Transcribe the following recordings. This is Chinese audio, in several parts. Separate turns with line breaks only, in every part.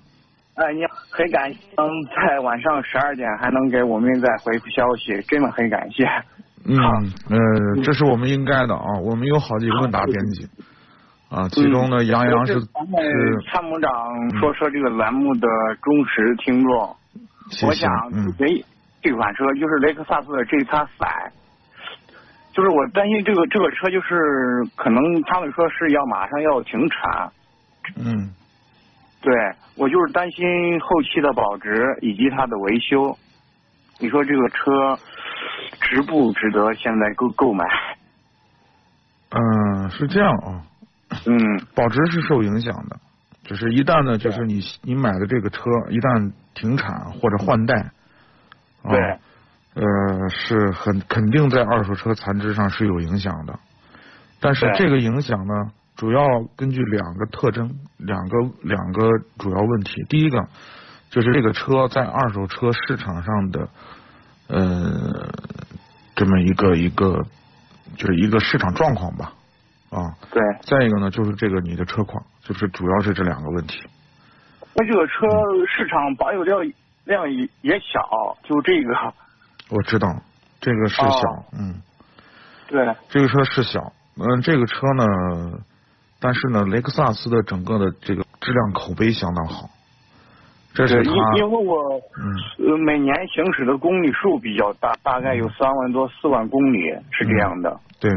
哎，你好，很感谢能在晚上十二点还能给我们再回复消息，真的很感谢。
嗯
好，
呃，这是我们应该的啊，我们有好几个问答编辑，
嗯
啊，其中呢，杨洋是
我咱们
是嗯
参谋长说车这个栏目的忠实听众，
谢
我
谢
想，
嗯
咨询这款车，就是雷克萨斯的 G 叉三，就是我担心这个这个车就是可能他们说是要马上要停产，
嗯
对我就是担心后期的保值以及它的维修。你说这个车值不值得现在购购买？
嗯、是这样啊，
嗯
保值是受影响的，就是一旦呢，就是你你买的这个车一旦停产或者换代，啊、
对，
呃，是很肯定在二手车残值上是有影响的，但是
对
这个影响呢，主要根据两个特征，两个两个主要问题。第一个就是这个车在二手车市场上的，呃，这么一个一个就是一个市场状况吧，啊，
对。
再一个呢就是这个你的车况，就是主要是这两个问题。
那这个车市场保有量量也也小，就这个
我知道这个是
哦
小，嗯。
对
这个车是小，嗯，这个车呢，但是呢，雷克萨斯的整个的这个质量口碑相当好，这
对，
是它
因，因为我
嗯
呃每年行驶的公里数比较大，大概有三万多四万公里是这样的。
对，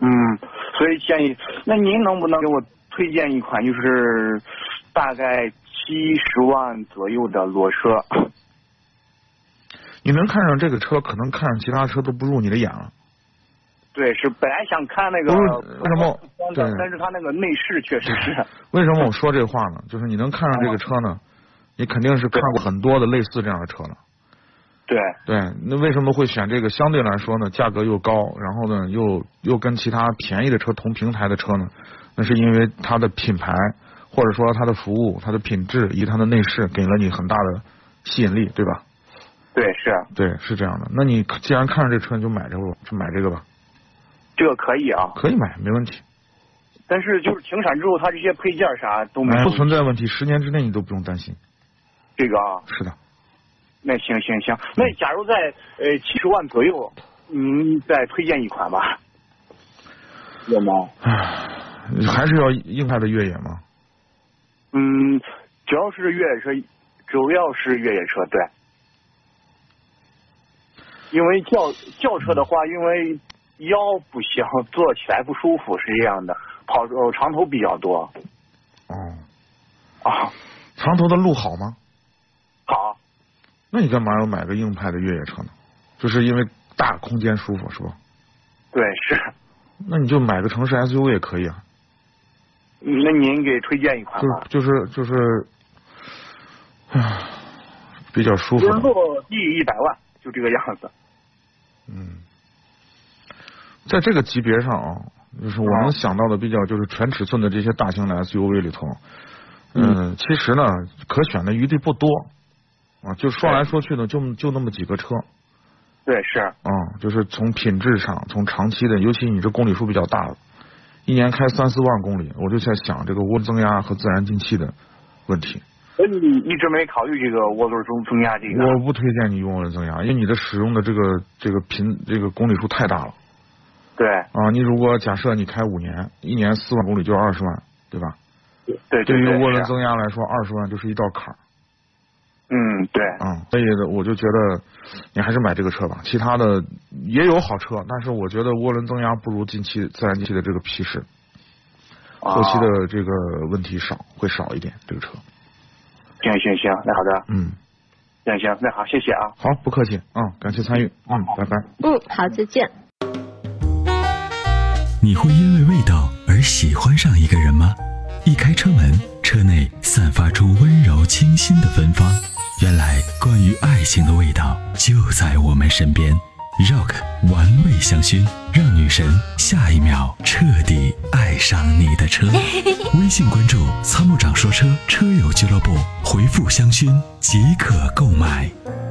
嗯，所以建议，那您能不能给我推荐一款就是大概七十万左右的裸车？
你能看上这个车，可能看上其他车都不入你的眼了。
对，是本来想看那个
不是为什么
但
对
但是它那个内饰确实是，
为什么我说这话呢？就是你能看上这个车呢，你肯定是看过很多的类似这样的车了。
对
对，那为什么会选这个？相对来说呢，价格又高，然后呢，又又跟其他便宜的车同平台的车呢，那是因为它的品牌或者说它的服务、它的品质以及它的内饰给了你很大的吸引力，对吧？
对是，
对，是这样的。那你既然看上这车，你就买这个吧，就买这个吧，
这个可以啊。
可以买，没问题，
但是就是停产之后，它这些配件啥都没有。
哎不存在问题，十年之内你都不用担心。
这个啊，
是的，
那行行行，那
嗯
假如在呃七十万左右，您再推荐一款吧。有吗？
还是要硬派的越野吗？
嗯，只要是越野车，主要是越野车，对。因为轿轿车的话，因为腰不行，坐起来不舒服，是这样的。跑呃长途比较多
哦，
啊。
长途的路好吗？
好，
那你干嘛要买个硬派的越野车呢？就是因为大空间舒服是吧？
对是。
那你就买个城市 SUV 也可以啊，
那您给推荐一款吧。
就就是就是，唉，比较舒服
就是
的。
落地一百万，就这个样子。
嗯，在这个级别上啊，就是我能想到的比较就是全尺寸的这些大型的 SUV 里头，嗯，其实呢可选的余地不多啊，就说来说去呢就就那么几个车。
对，是，
啊、就是从品质上，从长期的，尤其你这公里数比较大了，一年开三四万公里，我就在想这个涡轮增压和自然进气的问题。
所以你一直没考虑这个涡轮增增压这个。
我不推荐你用涡轮增压，因为你的使用的这个这个频这个公里数太大了
对
啊！你如果假设你开五年，一年四万公里就二十万，对吧？
对
对于
对，
涡轮
是啊
增压来说，二十万就是一道坎儿
嗯，对，
啊、所以呢我就觉得你还是买这个车吧。其他的也有好车，但是我觉得涡轮增压不如近期自然进气的这个皮实，后期
啊
的这个问题少，会少一点这个车。
行行行，那好的，
嗯，
行行，那好，谢谢啊。
好，不客气，嗯，感谢参与，嗯，拜拜。
嗯，好，再见。
你会因为味道而喜欢上一个人吗？一开车门，车内散发出温柔清新的芬芳。原来，关于爱情的味道就在我们身边。Rock 玩味香薰，让女神下一秒彻底爱上你的车。微信关注“参谋长说车”车友俱乐部，回复“香薰”即可购买。